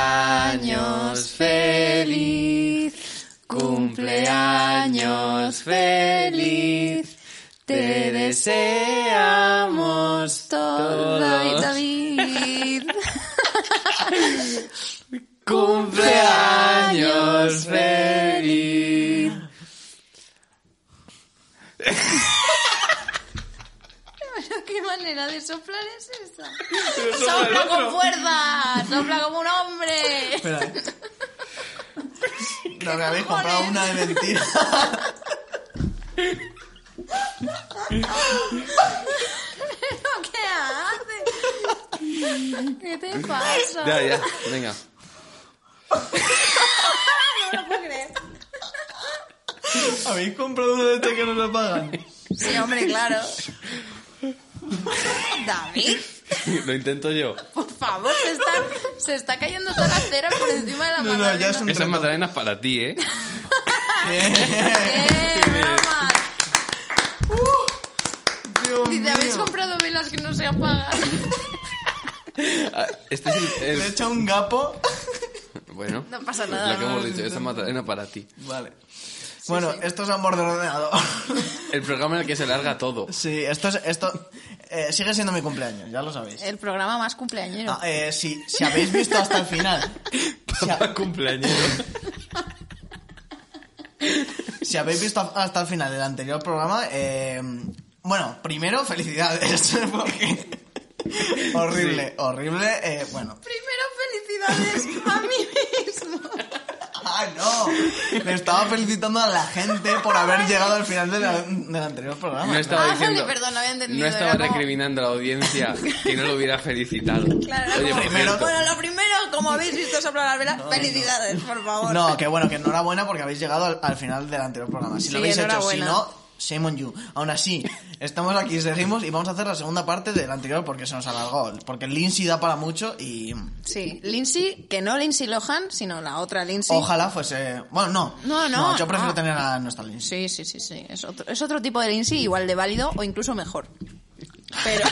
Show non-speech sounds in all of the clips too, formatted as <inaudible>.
Cumpleaños feliz, cumpleaños feliz, te deseamos Toda y todos. David. <laughs> Cumpleaños feliz. Pero qué manera de soplar es esa. ¡Sopla con fuerza! ¡Sopla como un hombre! <laughs> Espera. <laughs> eh. No, me habéis cojones? comprado una de mentira. ¿Pero qué haces? ¿Qué te pasa? <laughs> Ya, ya, venga. No lo puedo creer. Habéis comprado una de estas que no la pagan. Sí, hombre, claro. David, <laughs> Lo intento yo. por favor, se está, se está cayendo toda la cera por encima de la No, no, magdalena. ya es un Esa reto. magdalena es para ti, <laughs> ¿eh? ¡Eh, bravo! Dios Dice, mío. habéis comprado velas que no se apagan. Ah, Este es el- Le el- he hecho un gapo. Bueno, No pasa nada. Lo que hemos dicho, esa magdalena para ti. Vale. Bueno, esto es amor de ordenador. El programa en el que se larga todo. <laughs> <laughs> Sí, esto es, esto eh, sigue siendo mi cumpleaños, ya lo sabéis. El programa más cumpleañero. Ah, eh, si, si habéis visto hasta el final, si, ha- Papá cumpleañero. si habéis visto hasta el final del anterior programa, eh, bueno, primero felicidades <laughs> porque horrible, horrible, eh, bueno. Primero, felicidades a mí mismo. Ah, no. Le estaba felicitando a la gente por haber llegado al final de la- del anterior No programa. estaba Ah, vale, diciendo. perdón, no había entendido, no estaba era como- recriminando a la audiencia que no lo hubiera felicitado. <laughs> Claro, Oye, por como- primero- cierto, Bueno, lo primero, como habéis visto soplar las velas, felicidades, por favor. No, que bueno, que enhorabuena porque habéis llegado al, al final del anterior programa. Si Sí, lo habéis hecho, si enhorabuena. no, shame on you. Aún así, estamos aquí, seguimos y vamos a hacer la segunda parte del anterior porque se nos alargó. Porque Lindsay da para mucho y Sí, Lindsay, que no Lindsay Lohan, sino la otra Lindsay. ojalá fuese... Bueno, no. No, no, Ah. yo prefiero no. tener a nuestra Lindsay. Sí, sí, sí, sí. Es otro, es otro tipo de Lindsay, igual de válido o incluso mejor. <laughs> Pero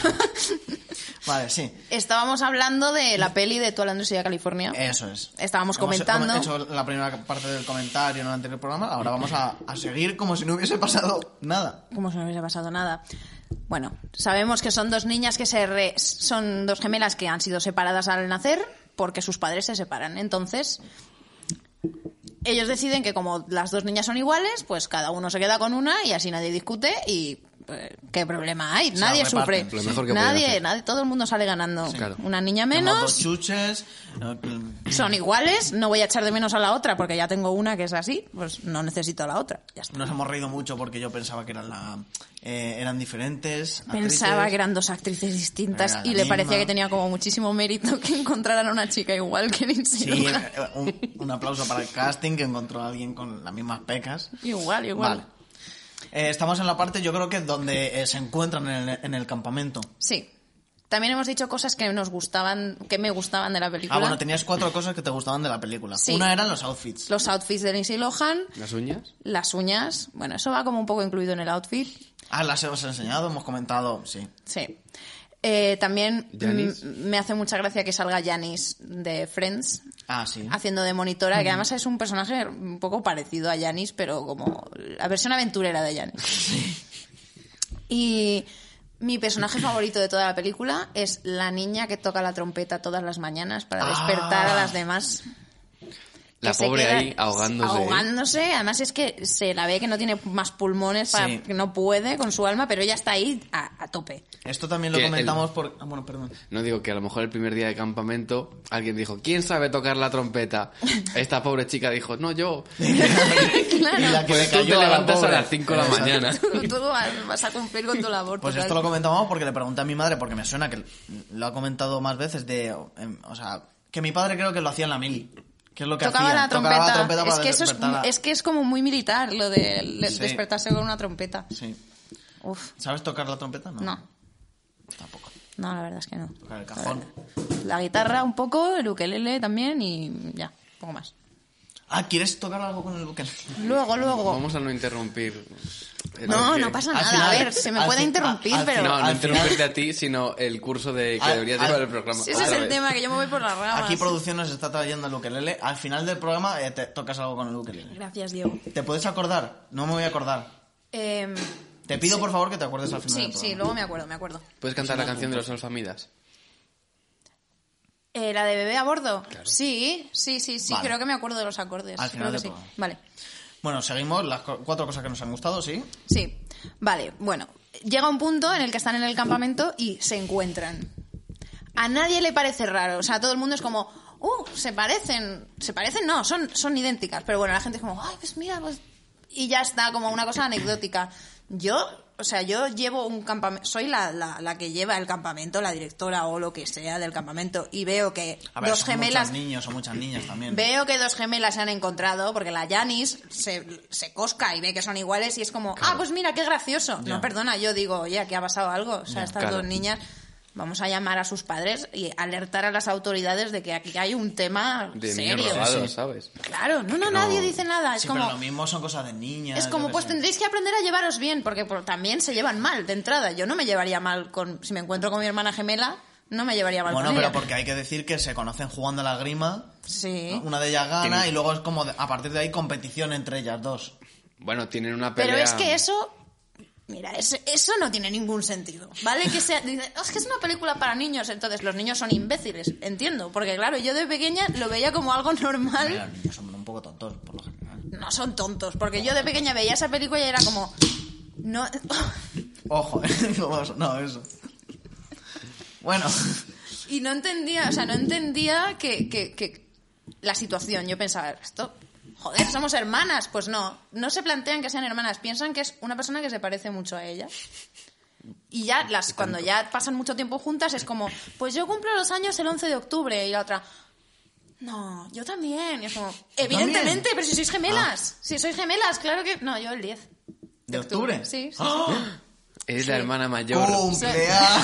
Vale, sí. estábamos hablando de la peli de Tu Hablando de California. Eso es. Estábamos Eh, Hemos comentando. hecho la primera parte del comentario en el anterior programa. Ahora vamos a, a seguir como si no hubiese pasado nada. como si no hubiese pasado nada. Bueno, sabemos que son dos niñas que se re- son dos gemelas que han sido separadas al nacer porque sus padres se separan. Entonces, ellos deciden que como las dos niñas son iguales, pues cada uno se queda con una y así nadie discute y eh, qué problema hay, sea, nadie reparten, sufre. lo mejor que podían nadie, hacer. nadie, todo el mundo sale ganando. Claro. Una niña Tenemos menos, Dos chuches. eh, son iguales, no voy a echar de menos a la otra porque ya tengo una que es así, pues no necesito a la otra. Ya está. Nos hemos reído mucho porque yo pensaba que eran la eh, eran diferentes. Pensaba actrices. que eran dos actrices distintas Era la y le parecía misma. que tenía como muchísimo mérito que encontraran a una chica igual que Lindsay Sí, Lohan. eh, un, un aplauso para el casting que encontró a alguien con las mismas pecas. Igual, igual. Vale. Eh, estamos en la parte, yo creo que donde eh, se encuentran en el, en el campamento. Ah, Sí. También hemos dicho cosas que nos gustaban, que me gustaban de la película. Ah, bueno, tenías cuatro cosas que te gustaban de la película. Sí. Una eran los outfits. Los outfits de Lindsay Lohan, ¿Las uñas? las uñas. Bueno, eso va como un poco incluido en el outfit. Ah, las hemos enseñado, hemos comentado, sí. Sí. Eh, también Janis. mm, me hace mucha gracia que salga Janis de Friends Ah, sí. haciendo de monitora, que además es un personaje un poco parecido a Janis, pero como la versión aventurera de <laughs> Janis. Y mi personaje favorito de toda la película es la niña que toca la trompeta todas las mañanas para despertar a Ah. las demás. La que se pobre queda ahí ahogándose. ¿eh? Ahogándose, además es que se la ve que no tiene más pulmones, para- Sí. que no puede con su alma, pero ella está ahí a, a tope. Esto también lo Que el- comentamos por... Ah, bueno, perdón. No digo que a lo mejor el primer día de campamento alguien dijo, ¿quién sabe tocar la trompeta? Esta pobre chica dijo, no, yo. <laughs> claro. Y la que Pues tú le te cayó a la levantas a pobre. las 5 de la <laughs> mañana. Tú, tú vas vas a cumplir con tu labor. Pues total. esto lo comentábamos porque le pregunté a mi madre, porque me suena que lo ha comentado más veces, de, em, o sea, que mi padre creo que lo hacía en la mili. Que es lo que tocaba hacía. la trompeta. Tocaba la trompeta es, para que eso es, despertar a- es que es como muy militar lo de le- Sí. despertarse con una trompeta. Sí. Uf, ¿Sabes tocar la trompeta? No. no. Tampoco. No, la verdad es que no. Tocar el cajón. La guitarra un poco, el ukelele también y ya, poco más. Ah, ¿quieres tocar algo con el bucal? Luego, luego. Vamos a no interrumpir. eh, No, que- no pasa Al nada. final- a ver, se me al puede fi- interrumpir, al- al pero. No, no al interrumpirte a ti, sino el curso de que Al- deberías al- llevar el programa. Ese es otra el vez. tema, que yo me voy por las ramas. Aquí producción nos está trayendo el ukelele. Al final del programa eh, te tocas algo con el ukelele. Gracias, Diego. ¿Te puedes acordar? No me voy a acordar. Em, Te pido por favor que te acuerdes al final sí, del sí, programa. luego me acuerdo, me acuerdo. ¿Puedes cantar la canción de los alfamidas? Eh, ¿La de bebé a bordo? Sí, sí, sí, sí, Vale. creo que me acuerdo de los acordes. Al creo final que del sí. programa. Vale. Bueno, seguimos las co- cuatro cosas que nos han gustado, ¿sí? Sí, vale, bueno, llega un punto en el que están en el campamento y se encuentran. A nadie le parece raro, o sea, todo el mundo es como, ¡uh! Se parecen, se parecen, no, son, son idénticas, pero bueno, la gente es como, ¡ay, pues mira! Pues... Y ya está, como una cosa anecdótica. Yo, o sea, yo llevo un campamento, soy la, la, la que lleva el campamento, la directora o lo que sea del campamento, y veo que A ver, dos son gemelas muchos niños o muchas niñas también. Veo que dos gemelas se han encontrado, porque la Janis se, se cosca y ve que son iguales y es como, ah, pues mira, qué gracioso. Ya. No, perdona, yo digo, oye, aquí ha pasado algo. O sea, estas claro. dos niñas, vamos a llamar a sus padres y alertar a las autoridades de que aquí hay un tema De niños serio. robados, Sí, sí. ¿sabes? Claro, no, no, Que no- nadie dice nada. Es sí, como, pero lo mismo son cosas de niñas. es como, yo qué pues sé. tendréis que aprender a llevaros bien, porque por- también se llevan mal de entrada. Yo no me llevaría mal con, si me encuentro con mi hermana gemela, no me llevaría mal Bueno, con pero ella. porque hay que decir que se conocen jugando a la grima. Sí. Una de ellas gana Tienen- y luego es como, de- a partir de ahí, competición entre ellas dos. Bueno, tienen una pelea. Pero es que eso. Mira, es- eso no tiene ningún sentido. ¿Vale? Que sea. dice, "Oh, es que es una película para niños, entonces los niños son imbéciles. Entiendo. Porque claro, yo de pequeña lo veía como algo Mira, normal. los niños son un poco tontos, por lo general. No son tontos. Porque yo de pequeña veía esa película y era como. No. <laughs> Ojo, ¿eh? <laughs> ¿Cómo ha sonado eso? Bueno, Y no entendía, o sea, no entendía que, que- que la situación. Yo pensaba, esto, joder, somos hermanas. Pues no, no se plantean que sean hermanas, piensan que es una persona que se parece mucho a ella. Y ya las, cuando ya pasan mucho tiempo juntas, es como, pues yo cumplo los años el 11 de octubre y la otra. No, yo también. Y es como, evidentemente, pero si sois gemelas. Ah. Si sois gemelas, claro que. No, yo el 10. ¿de octubre? Sí, sí, sí. <gasps> ¡Ah! Eres la hermana mayor. <laughs> ¡Cumplea!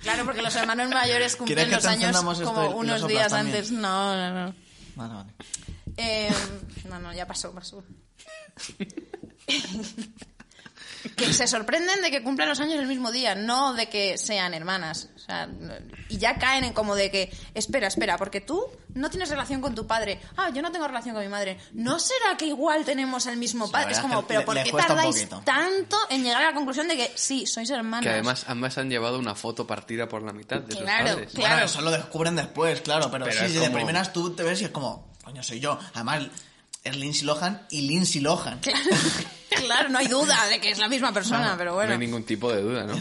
Claro, porque los hermanos mayores ¿Quieres cumplen que los te años encendamos esto como y- y unos lo días soplas también? antes. No, no, no. Vale, vale. Eh, no, no, ya pasó, pasó. <laughs> que se sorprenden de que cumplan los años el mismo día, no de que sean hermanas. O sea, no- y ya caen en como de que, espera, espera, porque tú no tienes relación con tu padre. Ah, yo no tengo relación con mi madre. ¿No será que igual tenemos el mismo la padre? Es verdad es como, que pero le- ¿por les qué cuesta un tardáis poquito. tanto en llegar a la conclusión de que sí, sois hermanas? Que además ambas han llevado una foto partida por la mitad de Claro. sus padres. Claro. Bueno, eso lo descubren después, claro, pero, Pero sí, es sí, de como- primeras tú te ves y es como, coño, soy yo. Además, es Lindsay Lohan y Lindsay Lohan. Claro, claro, no hay duda de que es la misma persona, pero bueno. No hay ningún tipo de duda, <laughs> ¿no?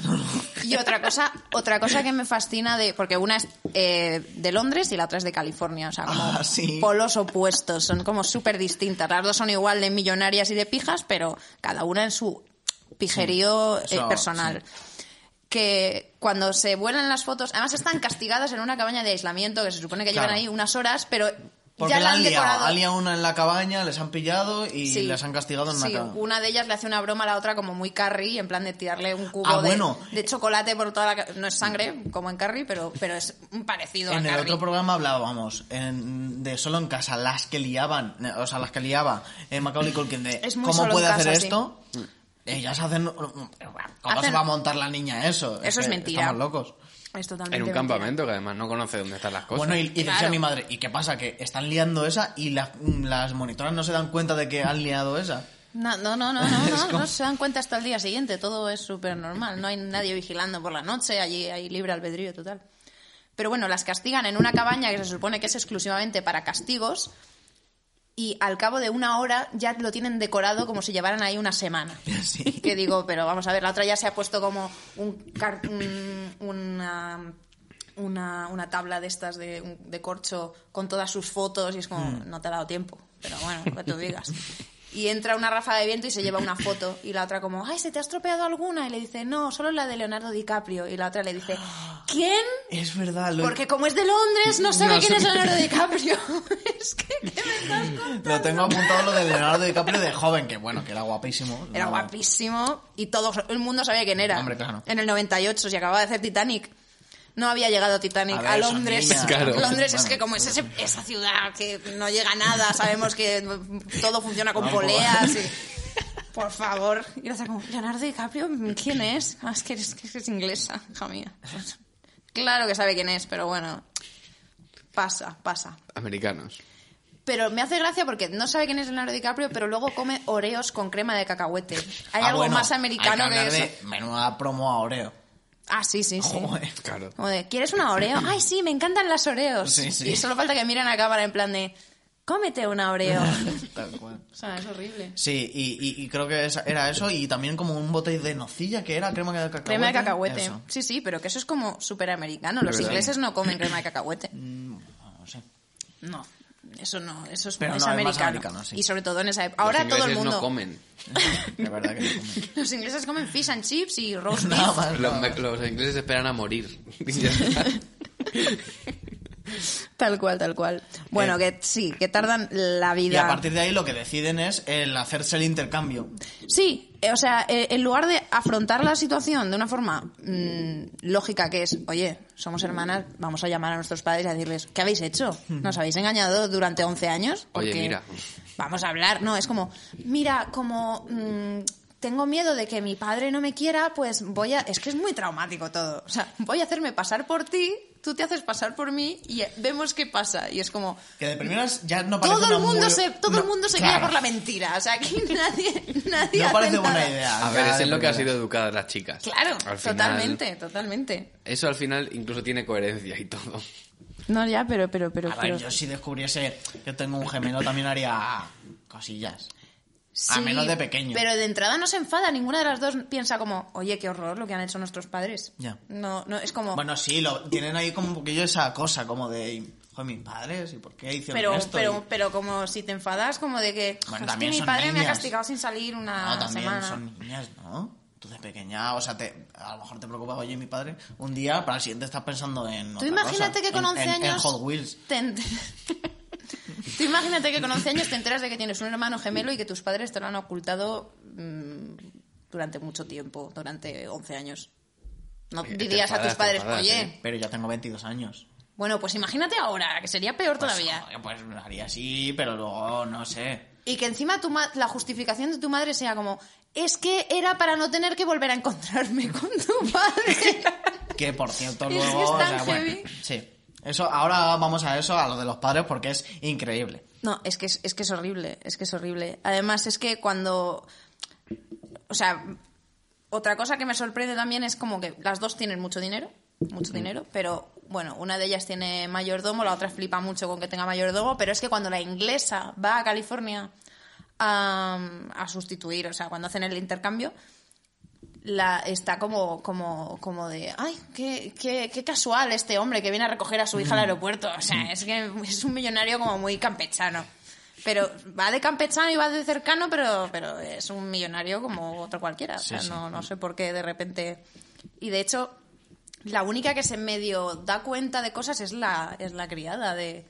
Y otra cosa, otra cosa que me fascina de, porque una es eh, de Londres y la otra es de California, o sea, como Ah, sí. polos opuestos, son como súper distintas. Las dos son igual de millonarias y de pijas, pero cada una en su pijerío eh, Eso, personal. Que cuando se vuelan las fotos, además están castigadas en una cabaña de aislamiento que se supone que llevan Claro. ahí unas horas, pero Porque ya la la han han liado. decorado. Han liado una en la cabaña, les han pillado y Sí. les han castigado en una Sí, cabaña. una de ellas le hace una broma a la otra como muy Carrie, en plan de tirarle un cubo Ah, de, bueno. de chocolate por toda la... ca- No es sangre, como en Carrie, pero, pero es un parecido a En el Carrie. otro programa hablábamos en- de solo en casa, las que liaban, o sea, las que liaba eh, Macaulay Culkin de Es muy cómo solo en puede hacer casa, sí. esto. Ellas hacen... ¿Cómo se Hacen- va a montar la niña eso? Eso es que mentira. Estamos locos. Es totalmente En un mentira. campamento que además no conoce dónde están las cosas. Bueno, y, y decía Claro. mi madre, ¿y qué pasa? Que están liando esa y la- las monitoras no se dan cuenta de que han liado esa. No, no, no, <laughs> no, no, no, no se dan cuenta hasta el día siguiente, todo es súper normal, no hay nadie vigilando por la noche, allí hay libre albedrío total. Pero bueno, las castigan en una cabaña que se supone que es exclusivamente para castigos y al cabo de una hora ya lo tienen decorado como si llevaran ahí una semana. Sí. <laughs> que digo, pero vamos a ver, la otra ya se ha puesto como un car- un- una, una, una tabla de estas de, un- de corcho con todas sus fotos y es como, Mm. no te ha dado tiempo, pero bueno, que tú digas. Y entra una ráfaga de viento y se lleva una foto y la otra como, ay, ¿se te ha estropeado alguna? Y le dice, no, solo la de Leonardo DiCaprio. Y la otra le dice, ¿quién? Es verdad, lo, Porque como es de Londres, no sabe No quién es sé. Leonardo DiCaprio. <laughs> es que, ¿qué me estás contando? lo tengo apuntado lo de Leonardo DiCaprio de joven, que bueno, que era guapísimo. Era No, guapísimo y todo el mundo sabía quién era. Hombre, claro. En el 98 se acababa de hacer Titanic. No había llegado Titanic A a, ver, son Londres. niñas. Claro. Londres es Bueno. que como es ese- esa ciudad que no llega a nada, sabemos que todo funciona con Vamos. poleas. <laughs> y- Por favor. Y era como, Leonardo DiCaprio, ¿quién es? Ah, es que es, que es inglesa, hija mía. Claro que sabe quién es, pero bueno. Pasa, pasa. Americanos. Pero me hace gracia porque no sabe quién es Leonardo DiCaprio, pero luego come oreos con crema de cacahuete. Hay Ah, algo bueno, más hay que americano que hablar eso. de menuda promo a Oreo. Ah, sí, sí, sí. Joder. Claro. Como de, ¿quieres una Oreo? Ay, sí, me encantan las Oreos. Sí, sí. Y solo falta que miren a cámara en plan de, cómete una <laughs> Oreo. <laughs> Tal cual. o sea, es horrible. Sí, y, y- y creo que esa- era eso, y también como un bote de nocilla que era crema de cacahuete. Crema de cacahuete. Eso. Sí, sí, pero que eso es como súper americano. Los ¿Verdad? ingleses no comen crema de cacahuete. Mm. Ah, No sé. No, eso no, eso es, Pero es no, es más americano. americano, sí. Y sobre todo en esa época. Ahora Los todo el ingleses mundo. no comen. La verdad que no comí. <laughs> Los ingleses comen fish and chips y <laughs> roast beef. Nada más. Los, nada más. los ingleses esperan a morir. <laughs> Y ya <laughs> está. Tal cual, tal cual. Eh, Bueno, que sí, que tardan la vida. Y a partir de ahí lo que deciden es el hacerse el intercambio. Sí, eh, o sea, eh, en lugar de afrontar la situación de una forma mm, lógica, que es, oye, somos hermanas, vamos a llamar a nuestros padres y a decirles, ¿qué habéis hecho? ¿Nos habéis engañado durante 11 años? Oye, Porque mira. Vamos a hablar, no, es como, mira, como mm, tengo miedo de que mi padre no me quiera, pues voy a. Es que es muy traumático todo. O sea, voy a hacerme pasar por ti, tú te haces pasar por mí y eh, vemos qué pasa. Y es como, Que de primeras ya no parece todo el una mundo muy- se todo el no, mundo se claro. guía por la mentira o sea aquí <laughs> nadie nadie No parece hace buena nada. idea. A ver, ya es de en lo que han sido primeras. educadas las chicas. claro Al final- totalmente totalmente Eso al final incluso tiene coherencia y todo. no ya pero pero pero, A ver, yo si descubriese que tengo un gemelo también haría cosillas. a menos de pequeño. pero de entrada no se enfada ninguna de las dos piensa como oye qué horror lo que han hecho nuestros padres Ya. no no es como Bueno, sí, lo, tienen ahí como un poquillo esa cosa como de... Joder, mis padres, ¿y por qué hicieron pero, esto? pero, Y- pero como si te enfadas, como de que Bueno, "Jo, es que también mi son padre me ha niñas. castigado sin salir una No, también semana. son niñas, ¿no? Tú de pequeña, o sea, te, a lo mejor te preocupas, oye, mi padre, un día para el siguiente estás pensando en. Tú otra imagínate cosa, que con en- 11 en- años. En Hot Wheels. te ent- <laughs> Tú imagínate que con 11 años te enteras de que tienes un hermano gemelo y que tus padres te lo han ocultado mm, durante mucho tiempo, durante 11 años. No Oye, te dirías a tus enfadas, te padres, enfadas, oye, ¿eh? Pero ya tengo 22 años. bueno, pues imagínate ahora, que sería peor Pues, todavía. joder, Pues, haría así, pero luego no sé. Y que encima tu ma- la justificación de tu madre sea como, es que era para no tener que volver a encontrarme <laughs> con tu <laughs> padre. Que por <laughs> cierto, Es que luego. es o tan sea, bueno, heavy. sí. Eso, ahora vamos a eso, a lo de los padres, porque es increíble. No, es que es, es que es horrible, es que es horrible. Además, es que cuando. O sea, otra cosa que me sorprende también es como que las dos tienen mucho dinero, mucho dinero, pero bueno, una de ellas tiene mayordomo, la otra flipa mucho con que tenga mayordomo, pero es que cuando la inglesa va a California a, a sustituir, o sea, cuando hacen el intercambio, la, está como, como, como de, ay, qué, qué, qué casual este hombre que viene a recoger a su hija al aeropuerto. O sea, es que es un millonario como muy campechano. Pero va de campechano y va de cercano, pero, pero es un millonario como otro cualquiera. O sea, Sí, sí. No, no sé por qué de repente... Y de hecho, la única que se medio da cuenta de cosas es la, es la criada de,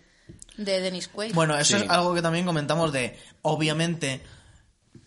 de Dennis Quaid. Bueno, eso Sí. es algo que también comentamos de, obviamente,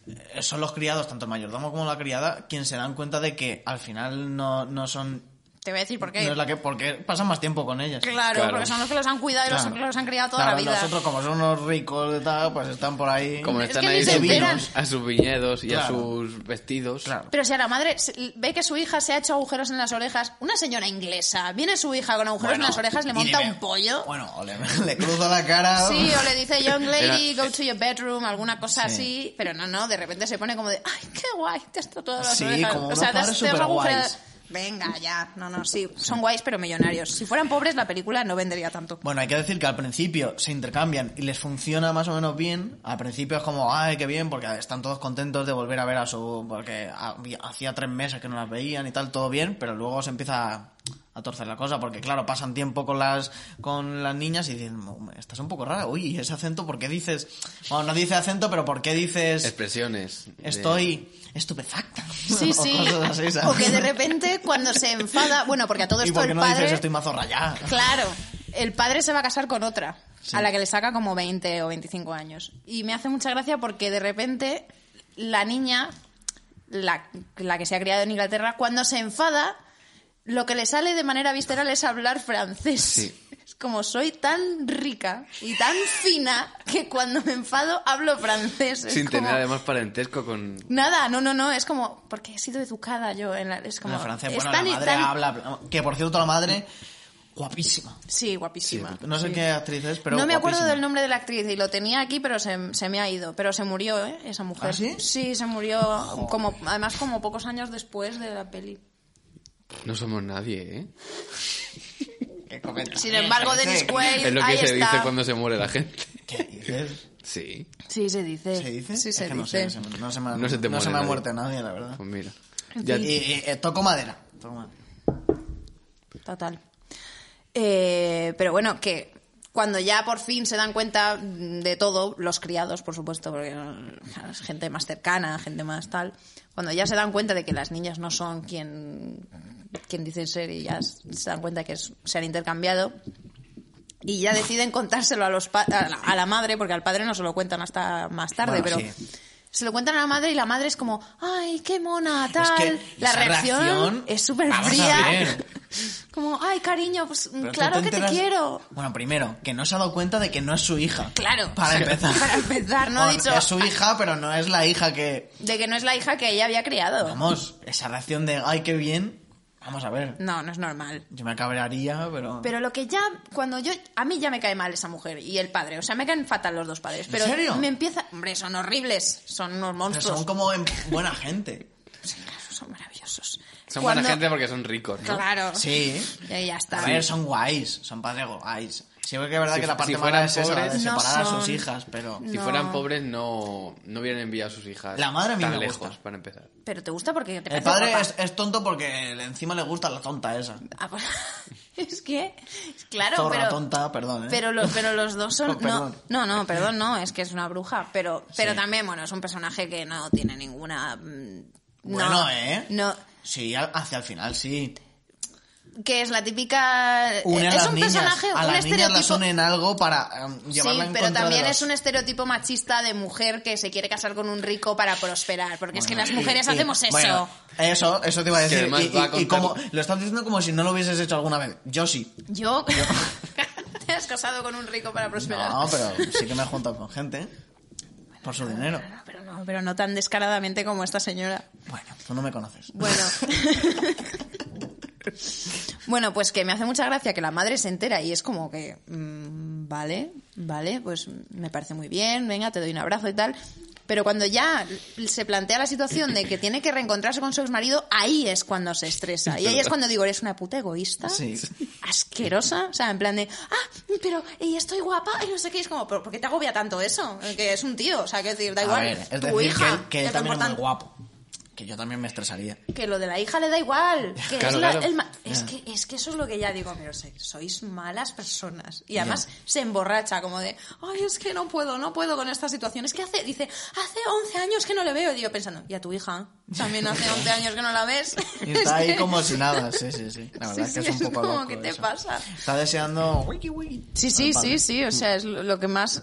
eh, son los criados, tanto el mayordomo como la criada, quienes se dan cuenta de que al final no, no son Te voy a decir por qué. No es la que, porque pasan más tiempo con ellas. Claro, Claro. porque son los que los han cuidado y los- los, Claro. han criado toda Claro, la vida. Los otros, como son unos ricos de tal, pues están por ahí. Como Es están que ni ahí se enteran. subidos a sus viñedos y a Claro. sus vestidos. Claro. Pero si a la madre se- ve que su hija se ha hecho agujeros en las orejas, una señora inglesa, viene su hija con agujeros Bueno, en las orejas, le y monta dime- un pollo. Bueno, o le, <laughs> le cruzo la cara. Sí, o le dice <laughs> young lady, go to your bedroom, alguna cosa Sí. así, pero no, no, de repente se pone como de, ay, qué guay, te has tatuado las Sí, orejas. como o sea, unos te has, padres te has superguays. agujereado- Venga, ya, no, no, sí, son guays pero millonarios. Si fueran pobres la película no vendería <laughs> tanto. Bueno, hay que decir que al principio se intercambian y les funciona más o menos bien. Al principio es como, ay, qué bien, porque están todos contentos de volver a ver a su... Porque había- hacía tres meses que no las veían y tal, todo bien, pero luego se empieza a, a torcer la cosa, porque claro, pasan tiempo con las con las niñas y dicen, estás un poco rara, uy, ese acento, ¿por qué dices...? Bueno, no dice acento, pero ¿por qué dices... Expresiones. de- Estoy estupefacta? Sí, <laughs> O sí. cosas así, ¿sabes? O que de repente cuando se enfada, bueno, porque a todo ¿Y esto por qué el no padre... dices estoy mazo rayada? Claro, el padre se va a casar con otra, a la que le saca como 20 o 25 años. Y me hace mucha gracia porque de repente la niña, la, la que se ha criado en Inglaterra, cuando se enfada, lo que le sale de manera visceral es hablar francés. Sí. Es como soy tan rica y tan fina que cuando me enfado hablo francés. Es Sin como- tener además parentesco con... Nada, no, no, no, es como, porque he sido educada yo en la... Es como, En Francia, es bueno, tan- la madre tan- habla, habla- Que por cierto, la madre, guapísima. Sí, guapísima. No sé Sí. qué actriz es, pero. no me acuerdo guapísima. del nombre de la actriz y lo tenía aquí, pero se, se me ha ido. Pero se murió, ¿eh? Esa mujer. ¿Ah, sí? se murió, como, además como pocos años después de la peli. No somos nadie, ¿eh? ¿Qué comenta? Sin embargo, Sí. Dennis Quaid, Es lo que ahí se está. dice cuando se muere la gente. <laughs> ¿Qué dices? Sí. Sí, se dice. ¿Se dice? Sí, Es se dice. que No, sé, no se me- no se me, ha- No se te no muere se me ha nadie. muerto nadie, la verdad. Pues mira. En Ya- Y, y- eh, toco madera. Toco madera. Total. Eh, pero bueno, que cuando ya por fin se dan cuenta de todo, los criados, por supuesto, porque claro, es gente más cercana, gente más tal, cuando ya se dan cuenta de que las niñas no son quien, quien dicen ser y ya se dan cuenta que es- se han intercambiado. Y ya deciden contárselo a, los pa- a, la, a la madre, porque al padre no se lo cuentan hasta más tarde, Bueno, pero sí. se lo cuentan a la madre y la madre es como, ¡ay, qué mona! Tal. Es que la esa reacción, reacción- es súper Vamos a fría. ver. Como, ay, cariño, pues Pero tú claro que te enteras- quiero. Bueno, primero, que no se ha dado cuenta de que no es su hija. Claro. Para empezar. Para empezar, no ha Bueno, dicho- Es su hija, pero no es la hija que. De que no es la hija que ella había criado. Vamos, esa reacción de ay, qué bien. Vamos a ver. No, no es normal. Yo me cabrearía, pero. Pero lo que ya, cuando yo, a mí ya me cae mal esa mujer y el padre, o sea, me caen fatal los dos padres. ¿En Pero serio? me empieza, hombre, son horribles, son unos Pero monstruos, son son, como en- buena gente. maravillosos. Son Cuando- buena gente porque son ricos, ¿no? Claro. Sí. ¿eh? Y ya está. A ver, son guays, son padres guays. Sí, porque es verdad Si que la fu- parte si mala fueran es esa, la de pobres, No separar a son. sus hijas, pero... Si No. fueran pobres no, no hubieran enviado a sus hijas La madre a mí tan me lejos gusta. para empezar. Pero te gusta porque te El parece padre guapa. es, es tonto porque le- encima le gusta la tonta esa. Ah, pues, <laughs> es que, claro, Zorra pero... tonta, perdón, ¿eh? Pero, lo- pero los dos son... Oh, No, <laughs> perdón. no, no, perdón, no, es que es una bruja. Pero, pero Sí. también, bueno, es un personaje que no tiene ninguna... mm, no- Bueno, ¿eh? No, Sí, al- hacia el final, sí. que es la típica... Une a es las un niñas. personaje, a un las niñas las estereotipo... unen en algo para em, Sí, llevarla en pero contra también de los- es un estereotipo machista de mujer que se quiere casar con un rico para prosperar, porque es que las mujeres Y- y- hacemos eso. bueno, eso, eso te iba a Es que decir. además y, y- va a y contar- como, lo estás diciendo como si no lo hubieses hecho alguna vez. Yo sí. Yo... <laughs> Te has casado con un rico para prosperar. No, pero sí que me he juntado con gente. Por su dinero. No, pero no, pero no tan descaradamente como esta señora. Bueno, tú no me conoces. Bueno. <laughs> bueno, pues que me hace mucha gracia que la madre se entera y es como que, mm, vale, vale, pues me parece muy bien, venga, te doy un abrazo y tal. Pero cuando ya se plantea la situación de que tiene que reencontrarse con su exmarido, ahí es cuando se estresa. Y ahí es cuando digo, eres una puta egoísta, Sí. asquerosa, o sea, en plan de, ah, pero y estoy guapa, y no sé qué, Y es como, ¿por por qué te agobia tanto eso? Que es un tío, o sea, que decir, da A igual, ver, es tu decir, hija, que, que él es lo también es muy importante. guapo. Que yo también <laughs> me estresaría. Que lo de la hija le da igual. Que Claro, es, la- claro. el ma- es que, es que eso es lo que ya digo, pero se- sois malas personas. Y además se emborracha como de, ay, es que no puedo, no puedo con esta situación. Es que hace, dice, hace 11 años que no le veo. Y digo pensando, y a tu hija, también hace 11 años que no la ves. <laughs> Y está Es ahí que- como si nada, sí, sí, sí. La verdad Sí, es que sí, es un es poco como, loco ¿qué te eso. pasa? Está deseando... wiki, wiki. Sí, sí, Al sí, padre. sí, o sea, es lo que más...